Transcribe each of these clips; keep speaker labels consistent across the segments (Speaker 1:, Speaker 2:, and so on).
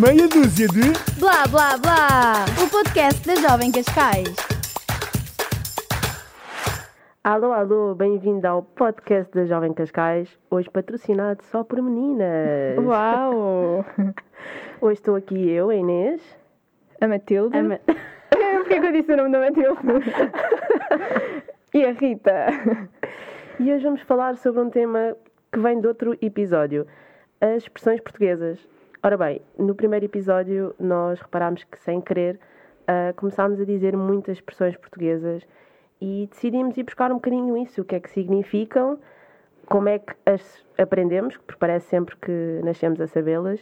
Speaker 1: Meia dúzia de.
Speaker 2: Blá Blá Blá, o podcast da Jovem Cascais.
Speaker 3: Alô, alô, bem-vindo ao podcast da Jovem Cascais, hoje patrocinado só por meninas.
Speaker 4: Uau!
Speaker 3: Hoje estou aqui eu, a Inês.
Speaker 4: A Matilde. Porquê que eu disse o nome da Matilde? e a Rita.
Speaker 3: E hoje vamos falar sobre um tema que vem de outro episódio: as expressões portuguesas. Ora bem, no primeiro episódio nós reparámos que, sem querer, ah, começámos a dizer muitas expressões portuguesas e decidimos ir buscar um bocadinho isso: o que é que significam, como é que as aprendemos, porque parece sempre que nascemos a sabê-las,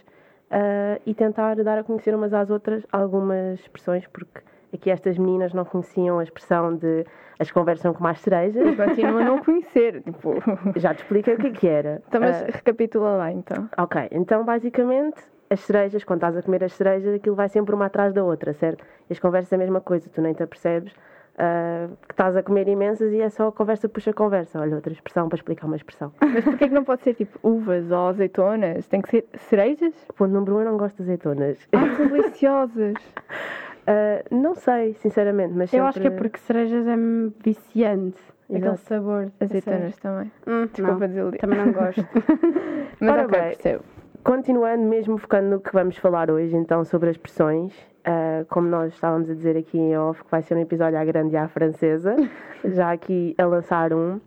Speaker 3: ah, e tentar dar a conhecer umas às outras algumas expressões, porque aqui estas meninas não conheciam a expressão de as conversam com mais cerejas.
Speaker 4: Continuo a Tipo, assim, não conhecer, tipo.
Speaker 3: Já te expliquei o que é que era.
Speaker 4: Então, mas
Speaker 3: Ah,
Speaker 4: recapitula lá então.
Speaker 3: Ok, então basicamente as cerejas, quando estás a comer as cerejas, aquilo vai sempre uma atrás da outra, certo? E as conversas é a mesma coisa, tu nem te apercebes ah, que estás a comer imensas e é só conversa puxa conversa. Olha, outra expressão para explicar uma expressão.
Speaker 4: Mas porquê que não pode ser tipo uvas ou azeitonas? Tem que ser cerejas?
Speaker 3: Ponto número um, eu não gosto de azeitonas.
Speaker 4: Ai, Ah, são deliciosas!
Speaker 3: Ah, não sei, sinceramente, mas
Speaker 5: Eu acho que é
Speaker 3: sempre-
Speaker 5: porque cerejas é mesmo viciante. Aquele
Speaker 3: Exato.
Speaker 5: sabor. da
Speaker 4: Azeitonas também.
Speaker 5: cereja. Hum,
Speaker 4: Desculpa
Speaker 5: não,
Speaker 4: desiludir.
Speaker 5: Também não gosto.
Speaker 4: Mas
Speaker 3: Ora
Speaker 4: ok,
Speaker 3: bem.
Speaker 4: percebo.
Speaker 3: Continuando, mesmo focando no que vamos falar hoje, então, sobre as pressões, ah, como nós estávamos a dizer aqui em off, que vai ser um episódio à grande e à francesa, já aqui a lançar um.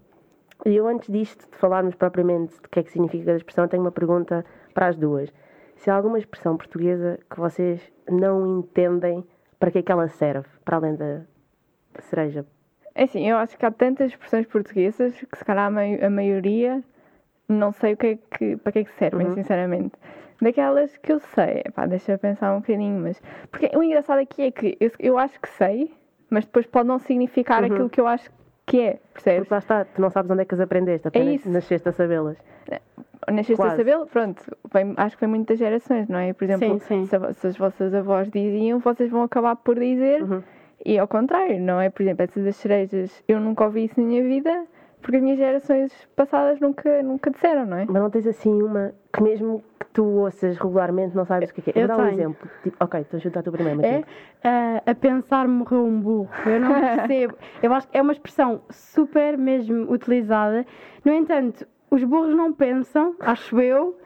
Speaker 3: E eu, antes disto, de falarmos propriamente do que é que significa cada expressão, tenho uma pergunta para as duas. Se há alguma expressão portuguesa que vocês não entendem para que é que ela serve, para além da cereja?
Speaker 4: É assim, eu acho que há tantas expressões portuguesas que se calhar a, mai- a maioria não sei o que é que, para que é que servem, sinceramente. Daquelas que eu sei, pá, deixa eu pensar um bocadinho, mas. Porque o engraçado aqui é que eu, eu acho que sei, mas depois pode não significar aquilo que eu acho que é, percebes?
Speaker 3: Porque lá está, tu não sabes onde é que as aprendeste, apenas
Speaker 4: isso.
Speaker 3: nasceste a sabê-las.
Speaker 4: Nasceste
Speaker 3: Quase.
Speaker 4: a sabê-lo, pronto, vem- acho que foi muitas gerações, não é? Por exemplo,
Speaker 5: Sim, sim.
Speaker 4: Se, a- se as vossas avós diziam, vocês vão acabar por dizer,
Speaker 5: Uhum.
Speaker 4: e ao contrário, não é? Por exemplo, essas das cerejas, eu nunca ouvi isso na minha vida, porque as minhas gerações passadas nunca, nunca disseram, não é?
Speaker 3: Mas não tens assim uma que mesmo que tu ouças regularmente não sabes o que é que é.
Speaker 5: Eu
Speaker 3: Vou dar um
Speaker 5: tenho.
Speaker 3: exemplo. Tipo, ok, estou a ajudar tu primeiro, Matilde.
Speaker 5: Ah, a pensar morreu um burro. Eu não percebo. Eu acho que é uma expressão super mesmo utilizada. No entanto, os burros não pensam, acho eu.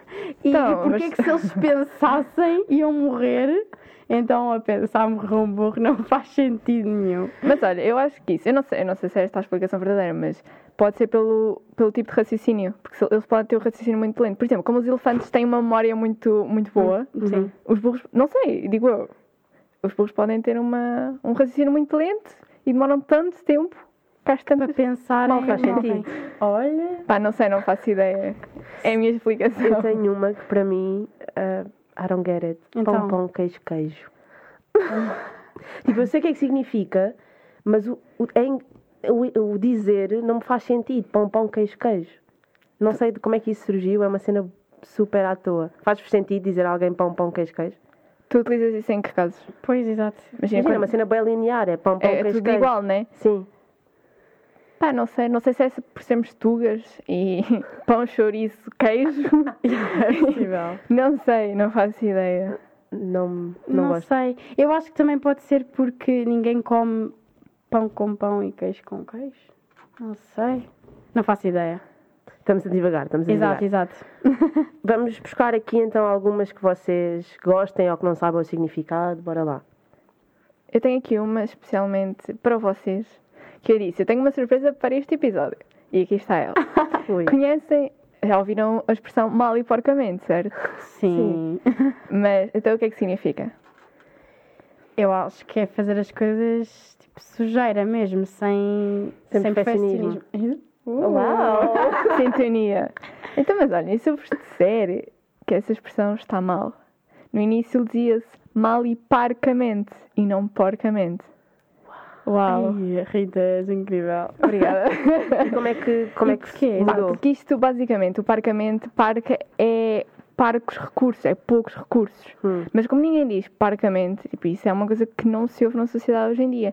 Speaker 5: E,
Speaker 4: Então,
Speaker 5: e porque
Speaker 4: mas-
Speaker 5: é que se eles pensassem iam morrer? Então a pensar morreu um burro não faz sentido nenhum.
Speaker 4: Mas olha, eu acho que isso, eu não sei, eu não sei se é esta a explicação verdadeira, mas pode ser pelo, pelo tipo de raciocínio, porque se- eles podem ter um raciocínio muito lento. Por exemplo, como os elefantes têm uma memória muito, muito boa,
Speaker 5: Sim.
Speaker 4: os burros, não sei, digo eu, os burros podem ter uma, um raciocínio muito lento e demoram tanto tempo, faz
Speaker 5: Para
Speaker 4: tanto
Speaker 5: pensar
Speaker 4: Não
Speaker 5: é
Speaker 4: faz
Speaker 5: morrem.
Speaker 3: sentido. Olha.
Speaker 4: Pá, não sei, não faço ideia. É a minha
Speaker 3: Eu
Speaker 4: explicação.
Speaker 3: tenho uma que para mim, ah, I don't get it. Pão,
Speaker 5: Então.
Speaker 3: pão, queijo, queijo. tipo, eu sei o que é que significa, mas o, o, em- o- o dizer não me faz sentido. Pão, pão, queijo, queijo. Não sei de como é que isso surgiu, é uma cena super à toa. Faz-vos sentido dizer a alguém pão, pão, queijo, queijo?
Speaker 4: Tu utilizas isso em que casos?
Speaker 5: Pois, exato.
Speaker 4: Imagina,
Speaker 3: Imagina, é uma
Speaker 4: quando-
Speaker 3: cena bem linear, é pão, pão,
Speaker 4: é, é
Speaker 3: queijo,
Speaker 4: tudo
Speaker 3: queijo.
Speaker 4: igual, né?
Speaker 3: Sim.
Speaker 4: Pá, não sei, não sei se é por sermos tugas e pão, chouriço, queijo. não sei, não faço ideia.
Speaker 3: Não, não,
Speaker 5: Não,
Speaker 3: gosto.
Speaker 5: sei. Eu acho que também pode ser porque ninguém come pão com pão e queijo com queijo. Não sei. Não faço ideia.
Speaker 3: Estamos a divagar, estamos a
Speaker 5: Exato,
Speaker 3: divagar.
Speaker 5: exato.
Speaker 3: Vamos buscar aqui então algumas que vocês gostem ou que não sabem o significado. Bora lá.
Speaker 4: Eu tenho aqui uma especialmente para vocês, que eu disse, eu tenho uma surpresa para este episódio. E aqui está ela.
Speaker 3: Ui.
Speaker 4: Conhecem, já ouviram a expressão mal e porcamente, certo?
Speaker 5: Sim.
Speaker 4: Mas, então o que é que significa?
Speaker 5: Eu acho que é fazer as coisas tipo sujeira mesmo, sem,
Speaker 3: Sem
Speaker 5: sem,
Speaker 3: perfeccionismo.
Speaker 5: perfeccionismo. Uh.
Speaker 3: Uau!
Speaker 4: Sintonia. Então, mas olha, e se eu vos disser que essa expressão está mal? No início dizia-se mal e parcamente e não porcamente. Uau!
Speaker 5: Ai, Rita, és incrível.
Speaker 4: Obrigada.
Speaker 3: E como é que, como
Speaker 5: E
Speaker 3: é que
Speaker 5: porquê?
Speaker 3: se
Speaker 4: Pá,
Speaker 3: mudou?
Speaker 4: Porque isto, basicamente, o parcamente, parca é parcos recursos, é poucos recursos.
Speaker 3: Hum.
Speaker 4: Mas como ninguém diz parcamente, tipo, isso é uma coisa que não se ouve na sociedade hoje em dia.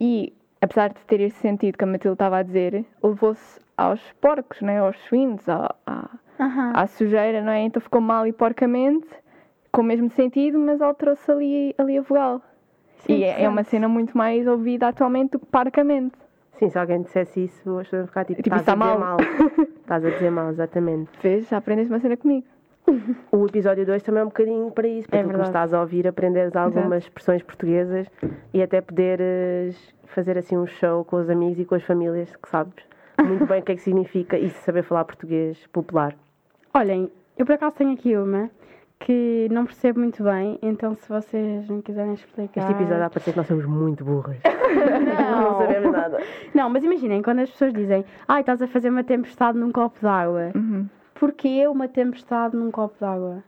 Speaker 4: E, apesar de ter esse sentido que a Matilde estava a dizer, levou-se aos porcos, né? aos suínos, à, à, à sujeira, não é? Então ficou mal e porcamente, com o mesmo sentido, mas alterou-se ali, ali a vogal.
Speaker 5: Sim,
Speaker 4: e é, é uma
Speaker 5: interessante.
Speaker 4: cena muito mais ouvida atualmente do que é parcamente.
Speaker 3: Sim, se alguém dissesse isso, as pessoas iam ficar tipo,
Speaker 4: Tipo,
Speaker 3: estás
Speaker 4: está
Speaker 3: a dizer
Speaker 4: mal."
Speaker 3: mal. Estás a dizer mal, exatamente.
Speaker 4: Vês? Já aprendeste uma cena comigo.
Speaker 3: O episódio 2 também é um bocadinho para isso, para
Speaker 4: É
Speaker 3: tu que me
Speaker 4: verdade.
Speaker 3: estás a ouvir, aprenderes algumas expressões portuguesas e até poderes fazer assim um show com os amigos e com as famílias que sabes muito bem o que é que significa e saber falar português popular.
Speaker 5: Olhem, eu por acaso tenho aqui uma que não percebo muito bem, então se vocês me quiserem explicar.
Speaker 3: Este episódio há para dizer que nós somos muito burras.
Speaker 5: Não.
Speaker 3: Não sabemos nada.
Speaker 5: Não, mas imaginem, quando as pessoas dizem Ai, estás a fazer uma tempestade num copo d'água.
Speaker 4: Uhum.
Speaker 5: Porquê uma tempestade num copo d'água?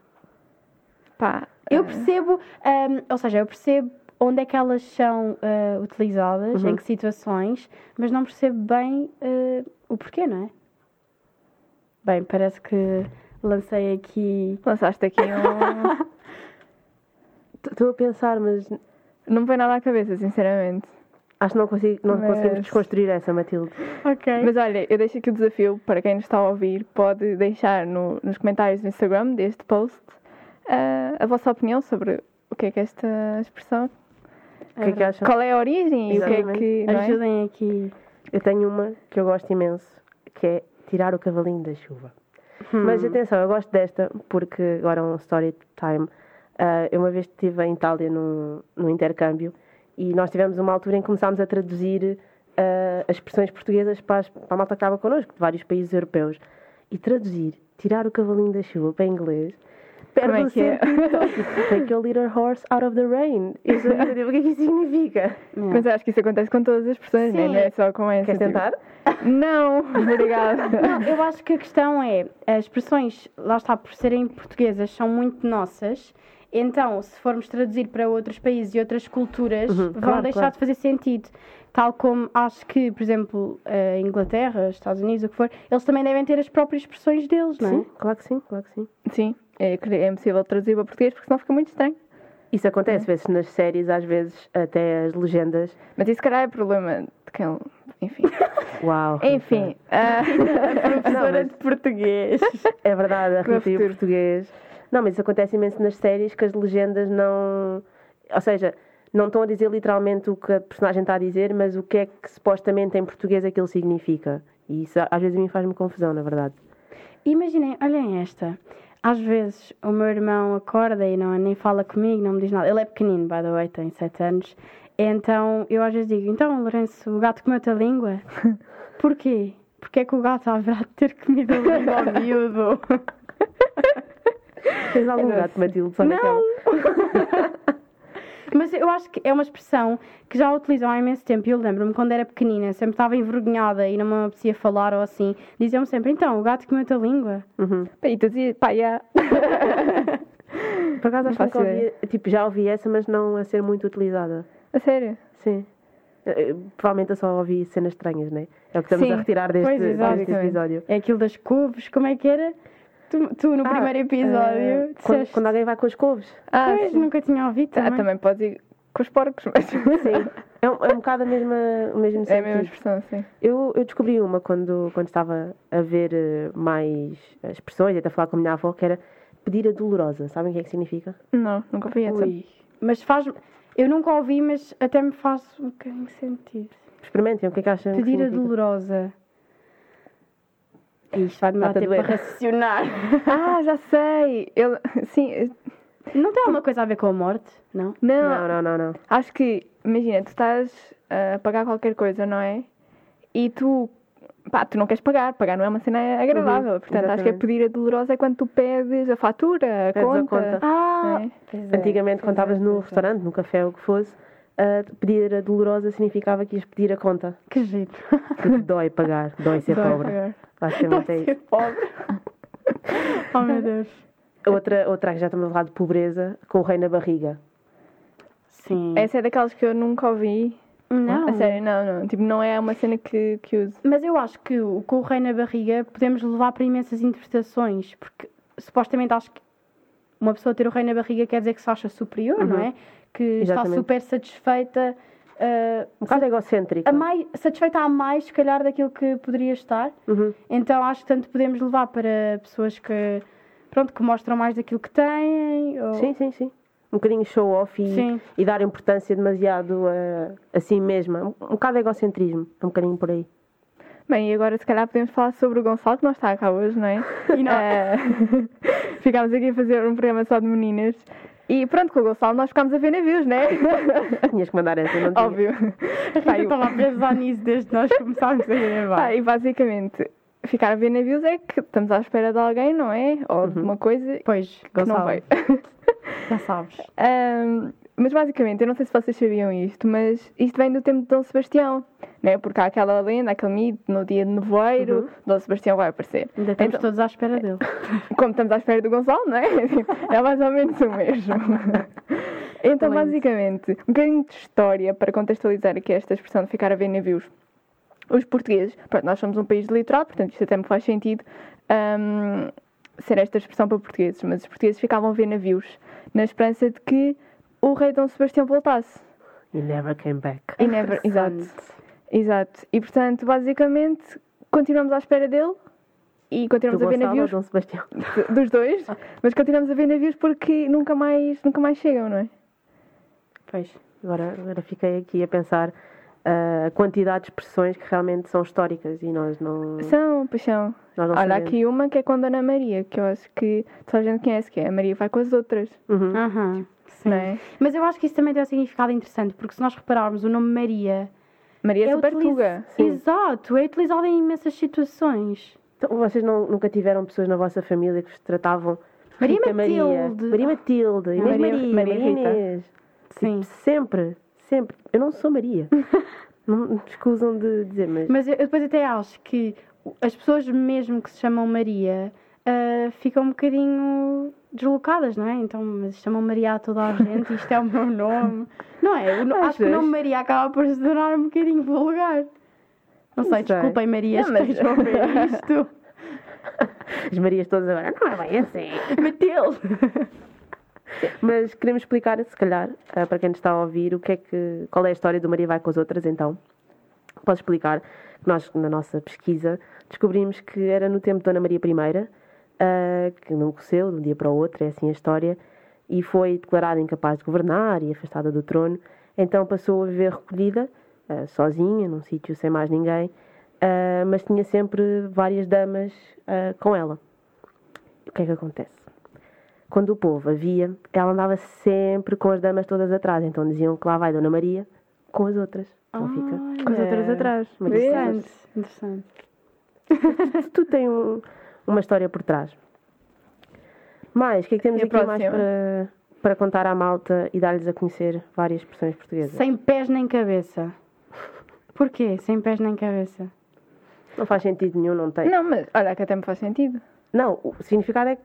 Speaker 4: Pá,
Speaker 5: Eu percebo, hum, ou seja, eu percebo onde é que elas são ah, utilizadas,
Speaker 4: Uhum.
Speaker 5: em que situações, mas não percebo bem ah, o porquê, não é? Bem, parece que lancei aqui.
Speaker 4: lançaste aqui um.
Speaker 3: Estou a pensar, mas
Speaker 4: não me vem nada à cabeça, sinceramente.
Speaker 3: acho que não, consigo, não
Speaker 4: Mas-
Speaker 3: conseguimos desconstruir essa, Matilde.
Speaker 5: Ok.
Speaker 4: Mas olha, eu deixo aqui o desafio para quem nos está a ouvir, pode deixar no- nos comentários do Instagram deste post ah, a vossa opinião sobre o que é que é esta expressão,
Speaker 3: O que é que acham?
Speaker 4: qual é a origem e o que é que.
Speaker 3: Exatamente.
Speaker 4: Não é?
Speaker 5: Ajudem aqui.
Speaker 3: Eu tenho uma que eu gosto imenso, que é tirar o cavalinho da chuva.
Speaker 4: Hum.
Speaker 3: Mas atenção, eu gosto desta porque agora é um story time. Ah, eu uma vez estive em Itália num, num intercâmbio e nós tivemos uma altura em que começámos a traduzir ah, as expressões portuguesas para, as, para a malta que estava connosco, de vários países europeus. E traduzir, tirar o cavalinho da chuva para inglês, perde
Speaker 4: Como é
Speaker 3: o
Speaker 4: que é?
Speaker 3: sentido todo. Take your little horse out of the rain. Isso, eu digo, o que é que isso significa?
Speaker 4: Mas eu acho que isso acontece com todas as pessoas, né?
Speaker 5: Sim.
Speaker 4: não é só com essa.
Speaker 3: Queres
Speaker 4: tipo,
Speaker 3: tentar?
Speaker 4: Não, obrigada.
Speaker 5: Não, eu acho que a questão é, as expressões, lá está, por serem portuguesas, são muito nossas, então se formos traduzir para outros países e outras culturas, vão
Speaker 3: Uhum, claro,
Speaker 5: deixar
Speaker 3: claro.
Speaker 5: de fazer sentido. Tal como acho que, por exemplo, a Inglaterra, os Estados Unidos, o que for, eles também devem ter as próprias expressões deles, não é?
Speaker 3: Sim, claro que sim, claro que sim.
Speaker 4: Sim, é, cre- é impossível traduzir para português porque senão fica muito estranho.
Speaker 3: Isso acontece, vezes nas séries, às vezes até as legendas.
Speaker 4: Mas isso, se calhar, é problema de quem. Enfim.
Speaker 3: Uau!
Speaker 4: Enfim. ah, a professora
Speaker 3: mas-
Speaker 4: de português.
Speaker 3: É verdade, a
Speaker 4: Para o
Speaker 3: Rita e o
Speaker 4: futuro.
Speaker 3: português. Não, mas isso acontece imenso nas séries que as legendas não. Ou seja, não estão a dizer literalmente o que a personagem está a dizer, mas o que é que supostamente em português aquilo significa. E isso às vezes a mim faz-me confusão, na verdade.
Speaker 5: Imaginem, olhem esta. Às vezes o meu irmão acorda e não, nem fala comigo, não me diz nada. Ele é pequenino, by the way, tem 7 anos. Então eu às vezes digo: Então, Lourenço, o gato comeu-te a língua? Porquê? Porque é que o gato haverá de ter comido a língua ao miúdo?
Speaker 3: Tens algum gato, Matilde, só naquela?
Speaker 5: Mas eu acho que é uma expressão que já utilizam há imenso tempo. Eu lembro-me quando era pequenina, sempre estava envergonhada e não me apetecia falar ou assim. Diziam-me sempre: Então, o gato comeu-te a língua?
Speaker 4: Pá, E tu dizia, pá, já.
Speaker 3: Por acaso acho que nunca
Speaker 4: faço
Speaker 3: ouvi, tipo, já ouvi essa, mas não a ser muito utilizada.
Speaker 4: A sério.
Speaker 3: Sim. Eh, eh, Provavelmente eu só ouvi cenas estranhas, não é? É o que estamos
Speaker 4: Sim.
Speaker 3: a retirar deste,
Speaker 5: Pois, exato.
Speaker 3: deste episódio.
Speaker 5: É aquilo das couves, como é que era? Tu, tu no
Speaker 3: Ah,
Speaker 5: primeiro episódio,
Speaker 3: eh, quando,
Speaker 5: disseste,
Speaker 3: quando alguém vai com as couves.
Speaker 4: Ah,
Speaker 5: pois,
Speaker 4: sim.
Speaker 5: nunca tinha ouvido
Speaker 4: Ah,
Speaker 5: também.
Speaker 4: também podes ir com os porcos, mas.
Speaker 3: Sim. É um, é um bocado a mesma, o mesmo
Speaker 4: É a
Speaker 3: sentido.
Speaker 4: mesma expressão, sim.
Speaker 3: Eu, eu descobri uma quando, quando estava a ver eh, mais eh, expressões, e até a falar com a minha avó, que era pedir a dolorosa. Sabem o que é que significa?
Speaker 4: Não, nunca ouvi essa.
Speaker 5: Ui, mas faz... Eu nunca ouvi, mas até me faz um bocadinho sentido.
Speaker 3: Experimentem, o que é que acham? que
Speaker 5: Pedir a
Speaker 3: significa?
Speaker 5: dolorosa. Isto vai demorar
Speaker 3: Está-te a
Speaker 5: tempo para
Speaker 3: doer.
Speaker 5: raciocinar.
Speaker 4: Ah, já sei. Eu... Sim, eu-
Speaker 5: Não tem alguma coisa a ver com a morte, não?
Speaker 4: não,
Speaker 3: Não, não, não, não.
Speaker 4: Acho que, imagina, tu estás ah, a pagar qualquer coisa, não é? E tu, pá, tu não queres pagar. Pagar não é uma cena agradável.
Speaker 3: Uhum,
Speaker 4: Portanto, acho que é
Speaker 3: exatamente.
Speaker 4: pedir a dolorosa é quando tu pedes a fatura, a
Speaker 3: Pedes a
Speaker 4: conta.
Speaker 3: conta.
Speaker 5: Ah,
Speaker 4: É.
Speaker 5: pois é.
Speaker 3: Antigamente, quando estavas no restaurante, no café, o que fosse, eh, pedir a dolorosa significava que ias pedir a conta.
Speaker 5: Que giro.
Speaker 3: Porque dói pagar, dói ser
Speaker 4: Dói
Speaker 3: pobre.
Speaker 4: pagar.
Speaker 3: Basicamente é isso.
Speaker 5: Ser pobre. oh, meu Deus.
Speaker 3: Outra, outra que já estamos a falar de pobreza, com o rei na barriga.
Speaker 5: Sim.
Speaker 4: Essa é daquelas que eu nunca ouvi.
Speaker 5: Não.
Speaker 4: A sério, não, não. Tipo, não é uma cena que, que uso.
Speaker 5: Mas eu acho que o com o rei na barriga podemos levar para imensas interpretações, porque supostamente acho que uma pessoa ter o rei na barriga quer dizer que se acha superior, não é? Que
Speaker 3: Exatamente.
Speaker 5: está super satisfeita, ah,
Speaker 3: Um bocado egocêntrico.
Speaker 5: a mais, satisfeita a mais, se calhar, daquilo que poderia estar.
Speaker 3: Uhum.
Speaker 5: Então acho que tanto podemos levar para pessoas que pronto, que mostram mais daquilo que têm. Ou...
Speaker 3: Sim, sim, sim. Um bocadinho show-off e,
Speaker 5: Sim.
Speaker 3: e dar importância demasiado a, a si mesma. Um, um bocado de egocentrismo. É um bocadinho por aí.
Speaker 4: Bem, e agora se calhar podemos falar sobre o Gonçalo, que não está cá hoje, não é?
Speaker 5: E não-
Speaker 4: Eh, ficámos aqui a fazer um programa só de meninas. E pronto, com o Gonçalo nós ficámos a ver navios, não é?
Speaker 3: Tinhas que mandar essa, não tinha?
Speaker 4: Óbvio. Pá, eu-
Speaker 5: Eu estava a pensar nisso desde nós começámos a gravar.
Speaker 4: Pá, e basicamente, ficar a ver navios é que estamos à espera de alguém, não é? Ou de uma coisa
Speaker 5: Pois,
Speaker 4: que não
Speaker 5: Uhum. Gonçalo,
Speaker 4: veio.
Speaker 5: já sabes.
Speaker 4: Ahm, mas basicamente, eu não sei se vocês sabiam isto, mas isto vem do tempo de Dom Sebastião, né? Porque há aquela lenda, aquele mito, no dia de nevoeiro, Dom Sebastião vai aparecer.
Speaker 5: Ainda estamos
Speaker 4: Então-
Speaker 5: todos à espera dele.
Speaker 4: Como estamos à espera do Gonçalo, não é? É mais ou menos o mesmo. Então,
Speaker 5: Lindo.
Speaker 4: basicamente, um bocadinho de história para contextualizar aqui esta expressão de ficar a ver navios. Os portugueses, pronto, nós somos um país de litoral, portanto isto até me faz sentido hum, ser esta expressão para portugueses, mas os portugueses ficavam a ver navios na esperança de que o rei Dom Sebastião voltasse.
Speaker 3: You never came back.
Speaker 4: E never, exato, exato. E portanto, basicamente, continuamos à espera dele e
Speaker 3: Do
Speaker 4: continuamos a ver
Speaker 3: Gonçalo ou
Speaker 4: navios
Speaker 3: Dom Sebastião.
Speaker 4: de- dos dois, mas continuamos a ver navios porque nunca mais, nunca mais chegam, não é?
Speaker 5: Pois.
Speaker 3: Agora, agora fiquei aqui a pensar ah, a quantidade de expressões que realmente são históricas e nós não.
Speaker 4: São, paixão.
Speaker 3: Nós não
Speaker 4: Olha, há
Speaker 3: sabemos.
Speaker 4: aqui uma que é com a Dona Maria, que eu acho que só a gente conhece, que é a Maria vai com as outras,
Speaker 3: Uhum.
Speaker 5: Aham. Sim.
Speaker 4: não é?
Speaker 5: Né? Mas eu acho que isso também tem um significado interessante, porque se nós repararmos o nome Maria
Speaker 4: Maria
Speaker 5: é
Speaker 4: Supertuga.
Speaker 5: utiliz- Exato, é utilizado em imensas situações.
Speaker 3: Então, vocês não- nunca tiveram pessoas na vossa família que vos tratavam.
Speaker 5: Maria
Speaker 3: Rita
Speaker 5: Matilde.
Speaker 3: Maria. Maria Matilde. Inês
Speaker 4: Maria-
Speaker 3: Maria,
Speaker 4: Maria
Speaker 3: Maria,
Speaker 4: Rita.
Speaker 3: Inês.
Speaker 5: Sim.
Speaker 3: Tipo, Sempre, sempre. Eu não sou Maria. não me escusam de dizer, mas.
Speaker 5: Mas eu eu depois até acho que o- as pessoas mesmo que se chamam Maria ah, ficam um bocadinho deslocadas, não é? Então, mas chamam Maria a toda a gente, isto é o meu nome. Não é? O no-
Speaker 4: Às
Speaker 5: acho que o nome
Speaker 4: vezes.
Speaker 5: Maria acaba por se tornar um bocadinho vulgar. Não sei,
Speaker 3: Não sei.
Speaker 5: desculpem Maria,
Speaker 4: Não,
Speaker 5: não,
Speaker 4: mas-
Speaker 5: estejam a ver isto.
Speaker 3: As Marias todas agora. Não é bem assim.
Speaker 5: Matilde!
Speaker 3: Mas queremos explicar, se calhar, eh, para quem nos está a ouvir, o que é que, qual é a história do Maria Vai com as Outras, então. Posso explicar que nós, na nossa pesquisa, descobrimos que era no tempo de Dona Maria I, eh, que não cresceu de um dia para o outro, é assim a história, e foi declarada incapaz de governar e afastada do trono. Então passou a viver recolhida, eh, sozinha, num sítio sem mais ninguém, eh, mas tinha sempre várias damas eh, com ela. O que é que acontece? Quando o povo a via, ela andava sempre com as damas todas atrás, então diziam que lá vai Dona Maria com as outras. Então fica.
Speaker 4: Com as outras atrás.
Speaker 3: Maria
Speaker 4: Vês?
Speaker 5: Interessante, interessante.
Speaker 3: Tu, tu tens um- uma história por trás. Mais, o que é que temos
Speaker 4: E a
Speaker 3: aqui mais
Speaker 4: próxima?
Speaker 3: para, para contar à malta e dar-lhes a conhecer várias expressões portuguesas?
Speaker 5: Sem pés nem cabeça. Porquê? Sem pés nem cabeça.
Speaker 3: Não faz sentido nenhum, não tem.
Speaker 4: Não, mas olha, que até me faz sentido.
Speaker 3: Não, o significado é que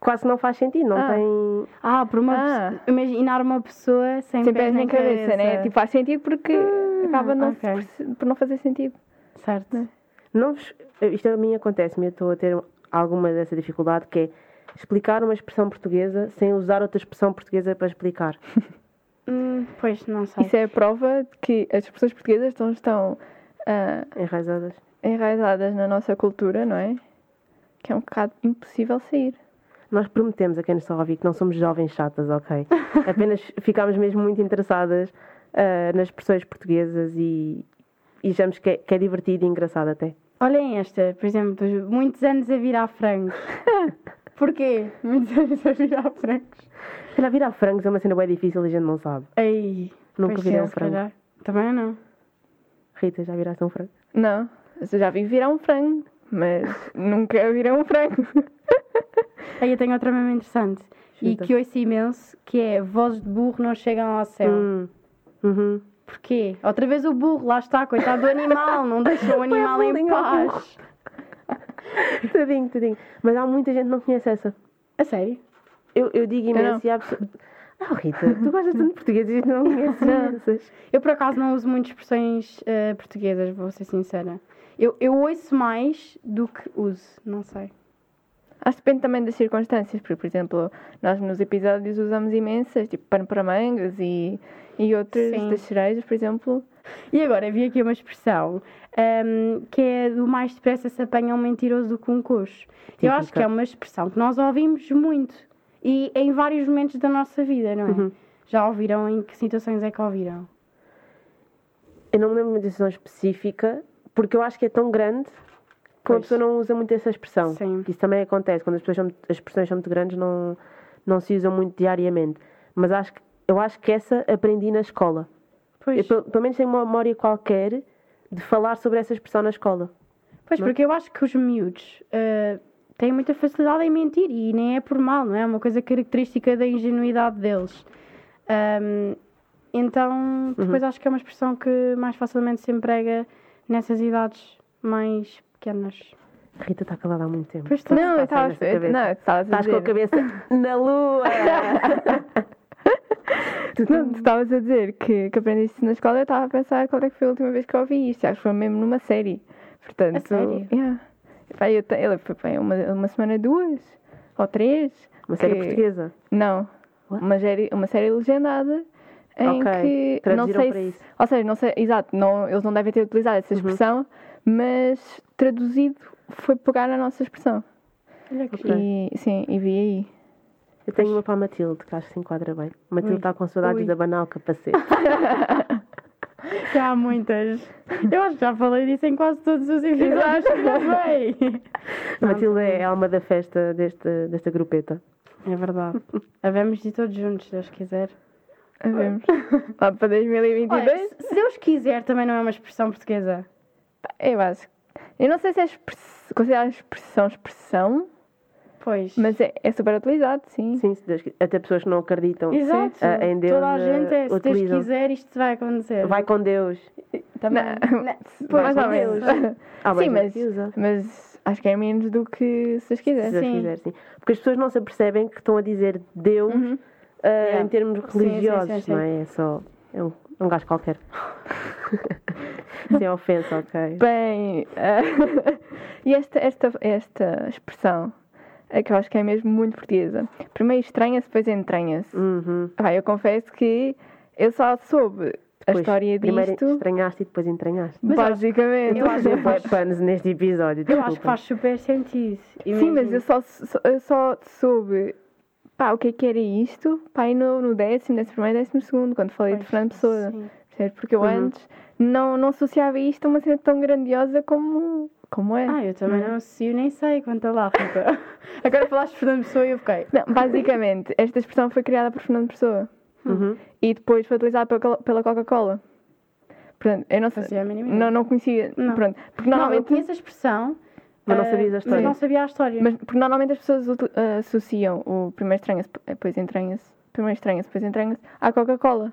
Speaker 3: quase não faz sentido, não
Speaker 4: Ah.
Speaker 3: tem.
Speaker 5: Ah, por uma
Speaker 4: Ah.
Speaker 5: pessoa- imaginar uma pessoa sem,
Speaker 4: Sem pés nem cabeça, né? Tipo, faz sentido porque acaba não,
Speaker 5: ok.
Speaker 4: por se- por não fazer sentido.
Speaker 5: certo.
Speaker 4: né?
Speaker 3: Não vos- isto a mim acontece-me, eu estou a ter alguma dessa dificuldade que é explicar uma expressão portuguesa sem usar outra expressão portuguesa para explicar.
Speaker 5: Hum, pois, não sei.
Speaker 4: Isso é a prova de que as pessoas portuguesas estão, estão ah,
Speaker 3: Enraizadas.
Speaker 4: enraizadas na nossa cultura, não é? Que é um bocado impossível sair.
Speaker 3: Nós prometemos a quem nos está a ouvir que não somos jovens chatas, ok? Apenas ficámos mesmo muito interessadas ah, nas expressões portuguesas e, e achamos que é, que é divertido e engraçado até.
Speaker 4: é-
Speaker 5: Olhem esta, por exemplo, dos muitos anos a virar frangos. Porquê? Muitos anos a virar frangos.
Speaker 3: Se calhar virar frangos é uma cena bem difícil e a gente não sabe.
Speaker 5: Ei,
Speaker 3: Nunca
Speaker 5: pois
Speaker 3: virei
Speaker 5: é,
Speaker 3: um
Speaker 5: se
Speaker 3: frango.
Speaker 5: calhar. Também não.
Speaker 3: Rita, já viraste um frango?
Speaker 4: Não, eu já vi virar um frango, mas nunca virar um frango.
Speaker 5: Aí eu tenho outra mesmo interessante. E
Speaker 3: Chuta.
Speaker 5: que ouço imenso, que é vozes de burro não chegam ao céu.
Speaker 3: Hum. Uhum.
Speaker 5: Porquê? Outra vez o burro, lá está, coitado do animal, não deixa o animal em
Speaker 3: bullying ao
Speaker 5: paz.
Speaker 3: Tadinho, tadinho. Mas há muita gente que não conhece essa.
Speaker 5: A sério?
Speaker 3: Eu, eu digo
Speaker 4: não.
Speaker 3: imenso e há pessoas. Ah, Rita, tu gostas tanto de português e não conheces imensas.
Speaker 5: Eu, por acaso, não uso muito expressões eh, portuguesas, vou ser sincera. Eu, eu ouço mais do que uso, não sei.
Speaker 4: Acho que depende também das circunstâncias, porque, por exemplo, nós nos episódios usamos imensas, tipo pano para mangas e, e outras
Speaker 5: Sim.
Speaker 4: das cerejas, por exemplo.
Speaker 5: E agora, vi aqui uma expressão hum, que é do mais depressa se apanha um mentiroso do que um coxo. Eu acho
Speaker 3: Típica.
Speaker 5: que é uma expressão que nós ouvimos muito e em vários momentos da nossa vida, não é?
Speaker 3: Uhum.
Speaker 5: Já ouviram? Em que situações é que ouviram?
Speaker 3: Eu não me lembro de uma decisão específica, porque eu acho que é tão grande que uma
Speaker 5: Pois.
Speaker 3: pessoa não usa muito essa expressão.
Speaker 5: Sim.
Speaker 3: Isso também acontece, quando as, pessoas são, as expressões são muito grandes, não, não se usam muito diariamente. Mas acho que, eu acho que essa aprendi na escola. Eu,
Speaker 5: Pois,
Speaker 3: pelo, pelo menos tenho uma memória qualquer de falar sobre essa expressão na escola.
Speaker 5: pois porque eu acho que os miúdos ah, têm muita facilidade em mentir e nem é por mal, não é? É uma coisa característica da ingenuidade deles. Ahm, então, depois acho que é uma expressão que mais facilmente se emprega nessas idades mais pequenas.
Speaker 3: A Rita está calada há muito tempo.
Speaker 5: Pois está.
Speaker 4: Não, eu
Speaker 3: Está a
Speaker 4: estava
Speaker 3: sair
Speaker 4: a
Speaker 3: tá, nessa cabeça.
Speaker 4: Não, eu estava a
Speaker 3: Estás com a
Speaker 4: dizer.
Speaker 3: cabeça na lua!
Speaker 4: Não, tu estavas a dizer que, que aprendiste isso na escola, eu estava a pensar qual é que foi a última vez que eu ouvi isto. Acho que foi mesmo numa série. Portanto,
Speaker 5: A sério?
Speaker 4: Yeah. Pá, eu te- ele foi pá, uma, uma semana, duas ou três.
Speaker 3: Uma série
Speaker 4: que-
Speaker 3: portuguesa.
Speaker 4: Não.
Speaker 3: What?
Speaker 4: Uma série, uma série legendada em
Speaker 3: Ok,
Speaker 4: que não
Speaker 3: traduziram
Speaker 4: sei
Speaker 3: para
Speaker 4: se-
Speaker 3: isso.
Speaker 4: ou seja, não sei, exato, não, eles não devem ter utilizado essa expressão, mas traduzido foi pegar a nossa expressão.
Speaker 5: Olha que giro.
Speaker 4: E sim, e vi aí.
Speaker 3: Eu tenho uma para a Matilde, que acho que se enquadra bem. Matilde está com saudades
Speaker 5: Ui.
Speaker 3: de abanar o capacete.
Speaker 5: Já há muitas. Eu acho que já falei disso em quase todos os episódios também.
Speaker 3: A Matilde é a alma da festa desta, desta grupeta.
Speaker 5: É verdade. Havemos de todos juntos, se Deus quiser.
Speaker 4: A Vemos. Lá para 2022.
Speaker 5: Olha, se- se Deus quiser também não é uma expressão portuguesa.
Speaker 4: Eu acho. é Eu não sei se é express... considerada expressão expressão,
Speaker 5: Pois.
Speaker 4: mas é, é super utilizado, sim.
Speaker 3: Sim, se Deus quiser. Até pessoas que não acreditam.
Speaker 5: Exato.
Speaker 3: Ah, em Deus,
Speaker 5: Toda a
Speaker 3: eh,
Speaker 5: gente é, se Deus
Speaker 3: utilizam.
Speaker 5: quiser, isto vai acontecer.
Speaker 3: Vai com Deus.
Speaker 5: Também.
Speaker 4: Não,
Speaker 5: Não,
Speaker 4: mais ou
Speaker 5: com
Speaker 4: menos.
Speaker 5: Deus.
Speaker 3: Ah,
Speaker 4: sim,
Speaker 3: bem, a
Speaker 4: mas,
Speaker 3: gente usa.
Speaker 4: mas acho que é menos do que se as
Speaker 3: Se
Speaker 4: quiser.
Speaker 3: Deus
Speaker 5: Sim.
Speaker 3: quiser, sim. Porque as pessoas não se apercebem que estão a dizer Deus ah,
Speaker 5: Yeah.
Speaker 3: em termos
Speaker 5: sim,
Speaker 3: religiosos,
Speaker 5: sim, sim.
Speaker 3: não é? É só. É um, um gajo qualquer. Sem ofensa, ok.
Speaker 4: Bem, eh, e esta, esta, esta expressão, eh, que eu acho que é mesmo muito portuguesa. Primeiro estranha-se, depois entranha-se.
Speaker 5: Hum.
Speaker 3: Uhum.
Speaker 4: Pá, eu confesso que eu só soube a
Speaker 3: Pois,
Speaker 4: história
Speaker 3: Primeiro
Speaker 4: disto,
Speaker 3: estranhaste e depois entranhaste.
Speaker 5: Mas eu-
Speaker 4: basicamente.
Speaker 5: eu acho que
Speaker 3: Foi
Speaker 5: faz-
Speaker 3: panos neste episódio.
Speaker 5: Eu acho que
Speaker 3: desculpa.
Speaker 5: faz super sentido.
Speaker 4: Sim, mas
Speaker 5: Imagina.
Speaker 4: eu só, só- eu só soube pá, o que é que era isto, pá, aí no, no décimo, décimo primeiro, décimo segundo, quando falei de
Speaker 5: Pois,
Speaker 4: Fernando Pessoa,
Speaker 5: sim. Uhum.
Speaker 4: percebes? Porque eu antes não, não associava isto a uma cena tão grandiosa como, como é.
Speaker 5: Ah, eu também não associo, nem sei quanto lá fica. Agora falaste de Fernando Pessoa e eu fiquei.
Speaker 4: Não, basicamente, esta expressão foi criada por Fernando Pessoa
Speaker 3: Uhum.
Speaker 4: e depois foi utilizada pela, Coca- pela Coca-Cola. Portanto, eu não sei,
Speaker 5: Fazia a mínima ideia.
Speaker 4: não, não conhecia,
Speaker 5: Não.
Speaker 4: pronto, porque
Speaker 5: Não, eu
Speaker 4: normalmente,
Speaker 5: conheço a expressão.
Speaker 3: Mas não
Speaker 5: eh,
Speaker 3: sabias a história.
Speaker 5: Mas não sabia a história.
Speaker 4: mas, porque normalmente as pessoas uti- eh, associam o primeiro estranha-se, depois entranha-se, primeiro estranha-se, depois entranha-se, à Coca-Cola.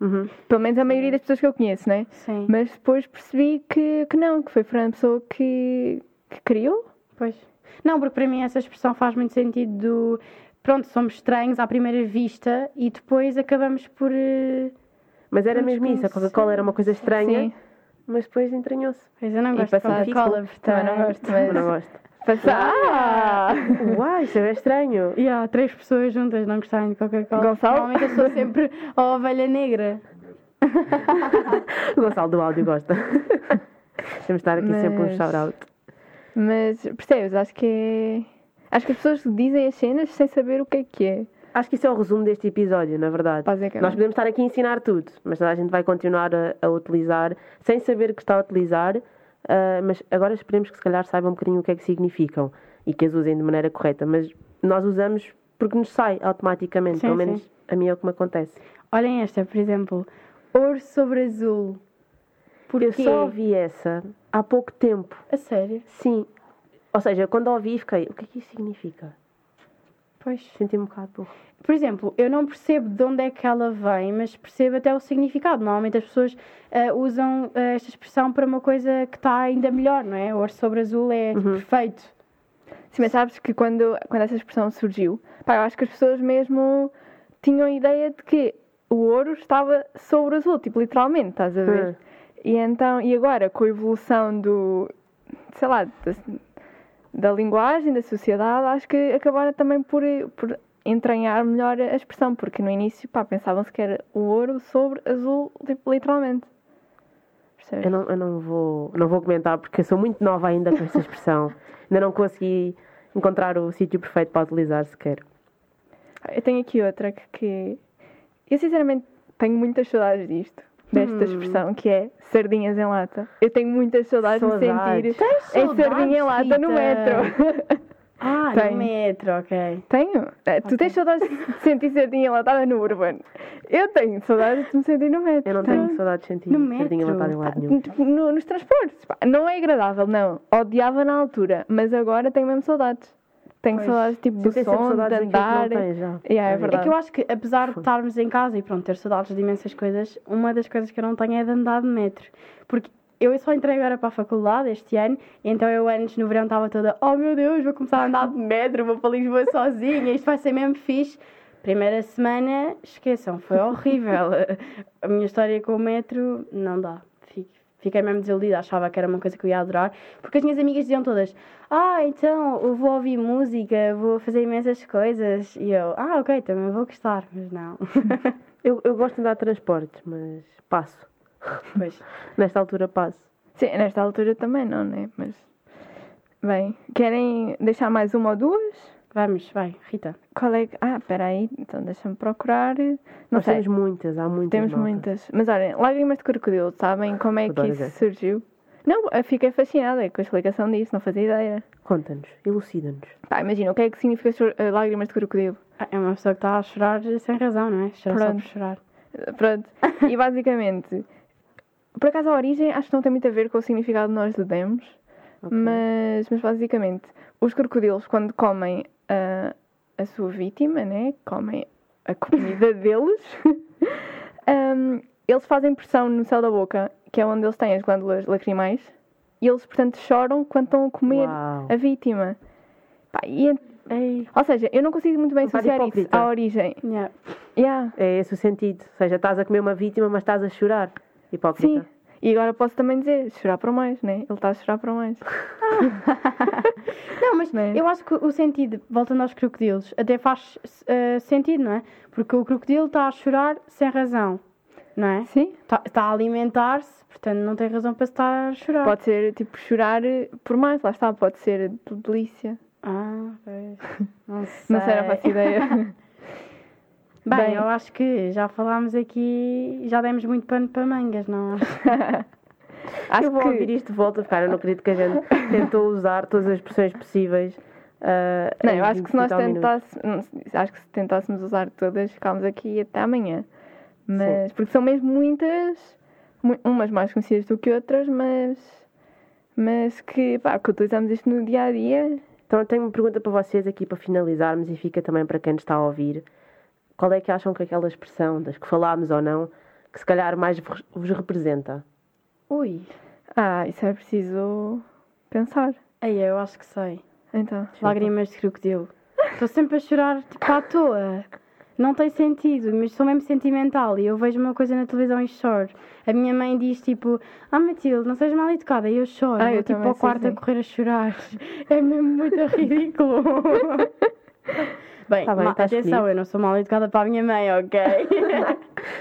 Speaker 3: Uhum.
Speaker 4: Pelo menos a maioria das pessoas que eu conheço, né?
Speaker 5: Sim.
Speaker 4: Mas depois percebi que, que não, que foi Fernando Pessoa que, que criou.
Speaker 5: Pois. Não, porque para mim essa expressão faz muito sentido do pronto, somos estranhos à primeira vista e depois acabamos por. eh,
Speaker 3: Mas era
Speaker 5: Mas
Speaker 3: mesmo isso, a
Speaker 5: como
Speaker 3: Coca-Cola era uma coisa estranha,
Speaker 4: Sim.
Speaker 3: mas depois entranhou-se.
Speaker 5: Pois eu não
Speaker 4: E
Speaker 5: gosto de
Speaker 4: passar-
Speaker 5: Coca-Cola,
Speaker 4: Também não gosto,
Speaker 3: Eu não
Speaker 4: mas
Speaker 3: gosto.
Speaker 4: passar.
Speaker 5: Tá!
Speaker 3: Uai, isso é estranho.
Speaker 5: E há três pessoas juntas não gostarem de Coca-Cola.
Speaker 4: Gonçalo?
Speaker 5: Normalmente eu sou sempre a ovelha negra.
Speaker 3: O Gonçalo do áudio gosta. Temos de estar aqui sempre um
Speaker 4: Mas-
Speaker 3: shout-out.
Speaker 4: Mas percebes? Acho que é. Acho que as pessoas dizem as cenas sem saber o que é que é.
Speaker 3: Acho que isso é o resumo deste episódio, na verdade.
Speaker 4: Basicamente.
Speaker 3: Nós podemos estar aqui a ensinar tudo, mas a gente vai continuar a, a utilizar sem saber que está a utilizar, ah, mas agora esperemos que se calhar saibam um bocadinho o que é que significam e que as usem de maneira correta, mas nós usamos porque nos sai automaticamente,
Speaker 5: Sim,
Speaker 3: pelo
Speaker 5: sim.
Speaker 3: menos a mim é o que me acontece.
Speaker 5: Olhem esta, por exemplo, ouro sobre azul. Porquê?
Speaker 3: Eu só ouvi essa há pouco tempo,
Speaker 5: A sério?
Speaker 3: sim. Ou seja, quando ouvi fiquei, o que é que isso significa?
Speaker 5: Pois.
Speaker 3: Senti-me um bocado burro.
Speaker 5: Por exemplo, eu não percebo de onde é que ela vem, mas percebo até o significado. Normalmente as pessoas ah, usam ah, esta expressão para uma coisa que está ainda melhor, não é? O ouro sobre azul é perfeito.
Speaker 4: Sim, mas sabes que quando, quando essa expressão surgiu, pá, eu acho que as pessoas mesmo tinham a ideia de que o ouro estava sobre o azul, tipo, literalmente, estás a ver?
Speaker 3: Hum.
Speaker 4: E então, e agora, com a evolução do, sei lá, da, da linguagem, da sociedade, acho que acabaram também por, por entranhar melhor a expressão, porque no início, pá, pensavam-se que era o ouro sobre azul, tipo, literalmente. percebes?
Speaker 3: Eu não, eu não vou, não vou comentar porque eu sou muito nova ainda com esta expressão. ainda não consegui encontrar o sítio perfeito para utilizar sequer.
Speaker 4: Eu tenho aqui outra que, que- Eu sinceramente tenho muitas saudades disto. Desta
Speaker 3: Hum.
Speaker 4: expressão que é sardinhas em lata. Eu tenho muitas saudades de
Speaker 3: Saudades.
Speaker 4: sentir
Speaker 5: É
Speaker 4: em sardinha em lata no
Speaker 2: Rita?
Speaker 4: metro.
Speaker 5: Ah,
Speaker 4: Tenho.
Speaker 5: no metro, ok.
Speaker 4: tenho. Eh, Tu tens saudades de sentir sardinha enlatada no urbano. Eu tenho saudades de me sentir no metro.
Speaker 3: Eu não tenho saudades de sentir
Speaker 5: No
Speaker 3: sardinha
Speaker 5: metro?
Speaker 3: matada em um lado nenhum.
Speaker 4: Tipo, no- nos transportes. pá. Não é agradável, não. Odiava na altura, mas agora tenho mesmo saudades. Tenho
Speaker 5: Pois.
Speaker 4: saudades tipo do
Speaker 3: Você tem sempre
Speaker 4: som, de
Speaker 3: saudades daquilo que não
Speaker 4: andar.
Speaker 3: tens, já.
Speaker 4: Yeah, é
Speaker 3: É
Speaker 4: verdade.
Speaker 5: É que eu acho que, apesar de estarmos em casa e pronto, ter saudades de imensas coisas, uma das coisas que eu não tenho é de andar de metro. Porque eu só entrei agora para a faculdade este ano, e então eu antes no verão estava toda, oh meu Deus, vou começar a andar de metro, vou para Lisboa sozinha, isto vai ser mesmo fixe. Primeira semana, esqueçam, foi horrível. A minha história com o metro não dá. Fico- Fiquei mesmo desiludida, achava que era uma coisa que eu ia adorar, porque as minhas amigas diziam todas: Ah, então eu vou ouvir música, vou fazer imensas coisas. E eu: Ah, ok, também vou gostar, mas não.
Speaker 3: Eu, eu gosto de andar de transportes, mas passo.
Speaker 5: pois.
Speaker 3: Nesta altura passo.
Speaker 4: Sim, nesta altura também não, né? Mas. Bem, querem deixar mais uma ou duas?
Speaker 5: Vamos, vai, Rita.
Speaker 4: Qual é que. Ah, peraí, então deixa-me procurar. Não
Speaker 3: Nós
Speaker 4: sei,
Speaker 3: temos muitas, há muitas.
Speaker 4: temos
Speaker 3: malta.
Speaker 4: muitas. Mas olhem, lágrimas de crocodilo, sabem como é que
Speaker 3: Adoro
Speaker 4: isso
Speaker 3: essa.
Speaker 4: surgiu? Não, eu fiquei fascinada com a explicação disso, não fazia ideia.
Speaker 3: Conta-nos, elucida-nos.
Speaker 4: Pá, imagina, o que é que significa chor- eh, lágrimas de crocodilo?
Speaker 5: Ah, É uma pessoa que está a chorar sem razão, não é? Chora só por
Speaker 4: Pronto.
Speaker 5: chorar.
Speaker 4: Pronto, e basicamente, por acaso a origem acho que não tem muito a ver com o significado que nós lhe demos, mas, mas basicamente, os crocodilos quando comem a, a sua vítima, né, comem a comida deles, hum, eles fazem pressão no céu da boca, que é onde eles têm as glândulas lacrimais, e eles, portanto, choram quando estão a comer
Speaker 3: Uau.
Speaker 4: a vítima. Pá, e en-
Speaker 5: Ei.
Speaker 4: ou seja, eu não consigo muito bem
Speaker 3: Um bocado
Speaker 4: associar isso
Speaker 3: hipócrita.
Speaker 4: à origem.
Speaker 5: Yeah.
Speaker 4: Yeah.
Speaker 3: É esse o sentido. Ou seja, estás a comer uma vítima, mas estás a chorar. Hipócrita.
Speaker 4: Sim. Tá. E agora posso também dizer, chorar para mais, né? Ele está a chorar para mais.
Speaker 5: Não, mas
Speaker 4: Né?
Speaker 5: eu acho que o sentido, voltando aos crocodilos, até faz eh, sentido, não é? Porque o crocodilo está a chorar sem razão, não é?
Speaker 4: Sim?
Speaker 5: Está a alimentar-se, portanto não tem razão para estar a chorar.
Speaker 4: Pode ser, tipo, chorar eh, por mais, lá está, pode ser de delícia.
Speaker 5: Ah, pois. Não sei.
Speaker 4: Não sei, não faço ideia.
Speaker 5: Bem,
Speaker 4: Bem.
Speaker 5: eu acho que já falámos aqui, já demos muito pano para mangas, não é? acho?
Speaker 4: Acho
Speaker 3: eu vou
Speaker 4: que
Speaker 3: ouvir isto de volta, cara. Eu não acredito que a gente tentou usar todas as expressões possíveis. ah,
Speaker 4: Não,
Speaker 3: em
Speaker 4: eu acho que se nós
Speaker 3: 25 minutos.
Speaker 4: tentássemos, acho que se tentássemos usar todas, ficámos aqui até amanhã. Mas, porque são mesmo muitas, mu- umas mais conhecidas do que outras, mas, mas que, pá, que utilizamos isto no dia a dia.
Speaker 3: Então eu tenho uma pergunta para vocês aqui para finalizarmos e fica também para quem nos está a ouvir. Qual é que acham que aquela expressão das que falámos ou não, que se calhar mais vos vos representa?
Speaker 5: Ui.
Speaker 4: Ah, isso é preciso pensar.
Speaker 5: Aí eu acho que sei.
Speaker 4: Então.
Speaker 5: Lágrimas de crocodilo. Estou sempre a chorar, tipo, à toa. Não tem sentido, mas sou mesmo sentimental e eu vejo uma coisa na televisão e choro. A minha mãe diz tipo, ah Matilde, não sejas mal educada, e eu choro.
Speaker 4: Ah, eu
Speaker 5: eu tipo
Speaker 4: também
Speaker 5: ao
Speaker 4: sou
Speaker 5: quarto a
Speaker 4: assim.
Speaker 5: correr a chorar. É mesmo muito ridículo. bem,
Speaker 3: Tá bem,
Speaker 5: ma-
Speaker 3: tá
Speaker 5: atenção,
Speaker 3: escolhido.
Speaker 5: eu não sou mal educada para a minha mãe, ok?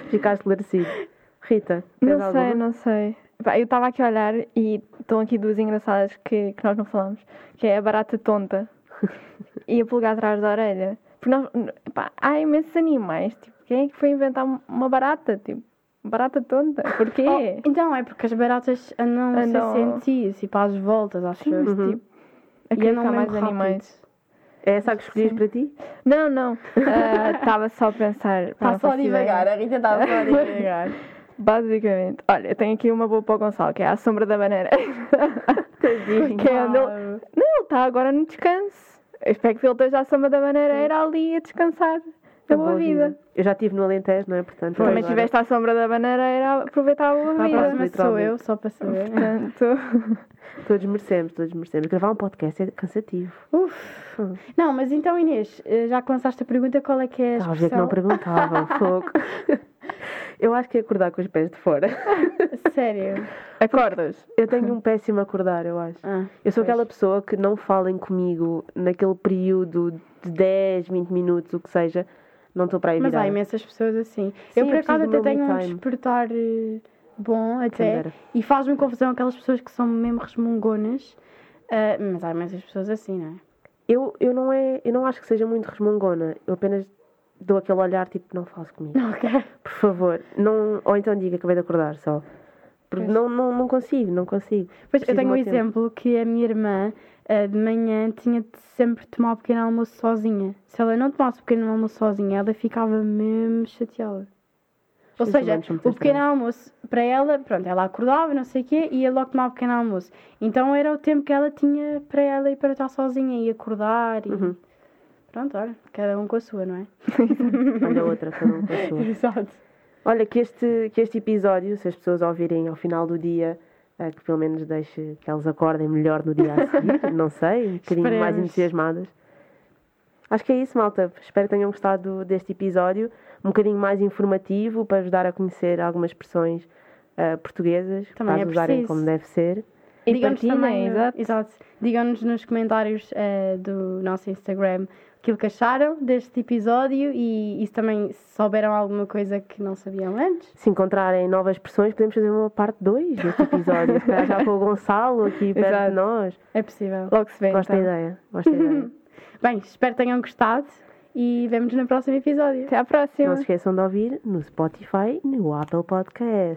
Speaker 3: Ficar esclarecido. Rita,
Speaker 5: é
Speaker 3: tens
Speaker 4: Não
Speaker 3: alguma?
Speaker 4: sei, não sei. Pá, eu estava aqui a olhar e estão aqui duas engraçadas que, que nós não falamos, que é a barata tonta e a pulga atrás da orelha. Porque nós, pá, há imensos animais, tipo, quem é que foi inventar uma barata, tipo, barata tonta? Porquê?
Speaker 5: Oh, então, é porque as baratas andam
Speaker 4: Andam-
Speaker 5: sem sentido, tipo às voltas, acho eu.
Speaker 4: Uhum.
Speaker 5: Tipo,
Speaker 4: a
Speaker 5: e andam
Speaker 4: criticar mais
Speaker 5: mesmo rápido.
Speaker 4: animais.
Speaker 3: É essa que escolhias para ti?
Speaker 4: Não, não. Ah, Estava só a pensar. assim, pá, não faço ideia.
Speaker 5: Tá, a Rita está só devagar.
Speaker 4: Basicamente. Olha, eu tenho aqui uma boa para o Gonçalo, que é a sombra da banana. que é onde
Speaker 5: Tá,
Speaker 4: ele- Não, ele está Tá, agora no descanso. Eu espero que ele esteja à sombra da bananeira ali a descansar. Da boa, vida.
Speaker 3: Então, Eu já estive no Alentejo, não é? Portanto,
Speaker 4: Também
Speaker 3: agora-
Speaker 4: estiveste à sombra da bananeira a aproveitar a boa
Speaker 5: A
Speaker 4: vida.
Speaker 5: próxima sou
Speaker 3: literalmente.
Speaker 5: eu, só para saber.
Speaker 4: Portanto,
Speaker 3: Todos merecemos, todos merecemos. Gravar um podcast é cansativo.
Speaker 5: Uf. Não, mas então Inês, eh, já que lançaste a pergunta, qual é que é a
Speaker 3: Estava a ver que não
Speaker 5: expressão?
Speaker 3: perguntavam, fogo. Eu acho que é acordar com os pés de fora.
Speaker 5: Sério.
Speaker 4: acordas.
Speaker 3: Eu tenho um péssimo acordar, eu acho.
Speaker 5: Ah,
Speaker 3: Eu sou
Speaker 5: pois.
Speaker 3: aquela pessoa que não falem comigo naquele período de 10, 20 minutos, o que seja. Não estou para aí
Speaker 5: Mas há
Speaker 3: virar.
Speaker 5: imensas pessoas assim.
Speaker 3: Sim,
Speaker 5: eu por
Speaker 3: eu
Speaker 5: acaso
Speaker 3: preciso do
Speaker 5: até
Speaker 3: meu
Speaker 5: tenho
Speaker 3: me
Speaker 5: um
Speaker 3: time.
Speaker 5: despertar eh, bom até.
Speaker 3: dera.
Speaker 5: E faz-me confusão aquelas pessoas que são mesmo resmungonas. Ah, mas há imensas pessoas assim, não é?
Speaker 3: Eu, eu, não é, eu não acho que seja muito resmungona. Eu apenas dou aquele olhar tipo, não fales comigo. Por favor. Não, ou então diga, acabei de acordar só. Porque não, não, não consigo, não consigo.
Speaker 5: Pois, eu
Speaker 3: Preciso
Speaker 5: tenho
Speaker 3: do
Speaker 5: um
Speaker 3: meu tempo.
Speaker 5: exemplo que a minha irmã ah, de manhã tinha de sempre tomar o pequeno almoço sozinha. Se ela não tomasse o pequeno almoço sozinha, ela ficava mesmo chateada. Ou
Speaker 3: Sim,
Speaker 5: seja,
Speaker 3: também são é muito
Speaker 5: o pequeno almoço para ela, pronto, ela acordava, não sei o quê, ia logo tomar o pequeno almoço. Então era o tempo que ela tinha para ela e para estar sozinha e acordar. E...
Speaker 3: Uhum.
Speaker 5: Pronto, olha, cada um com a sua, não é?
Speaker 3: Olha outra, cada um com a sua.
Speaker 5: Exato.
Speaker 3: Olha, que este, que este episódio, se as pessoas ouvirem ao final do dia, eh, que pelo menos deixe que elas acordem melhor no dia a seguir, não sei, um bocadinho mais
Speaker 5: Esperemos.
Speaker 3: entusiasmadas. Acho que é isso, malta. Espero que tenham gostado deste episódio, um bocadinho mais informativo para ajudar a conhecer algumas expressões eh, portuguesas,
Speaker 5: Também
Speaker 3: para
Speaker 5: é
Speaker 3: as usarem
Speaker 5: preciso.
Speaker 3: como deve ser.
Speaker 4: E
Speaker 5: Digam-nos
Speaker 4: partilhem,
Speaker 5: também, no-
Speaker 4: exato.
Speaker 5: Digam-nos nos comentários eh, do nosso Instagram aquilo que acharam deste episódio e, e se também souberam alguma coisa que não sabiam antes.
Speaker 3: Se encontrarem novas expressões, podemos fazer uma parte 2 deste episódio, se calhar já com o Gonçalo aqui perto
Speaker 4: Exato.
Speaker 3: de nós.
Speaker 5: É possível.
Speaker 4: Logo se vê.
Speaker 3: Gosto da
Speaker 4: então.
Speaker 3: ideia, gosto da ideia.
Speaker 5: Bem, espero que tenham gostado e vemos no próximo episódio.
Speaker 4: Até à
Speaker 3: Não
Speaker 4: próxima.
Speaker 3: se esqueçam de ouvir no Spotify, no Apple Podcast.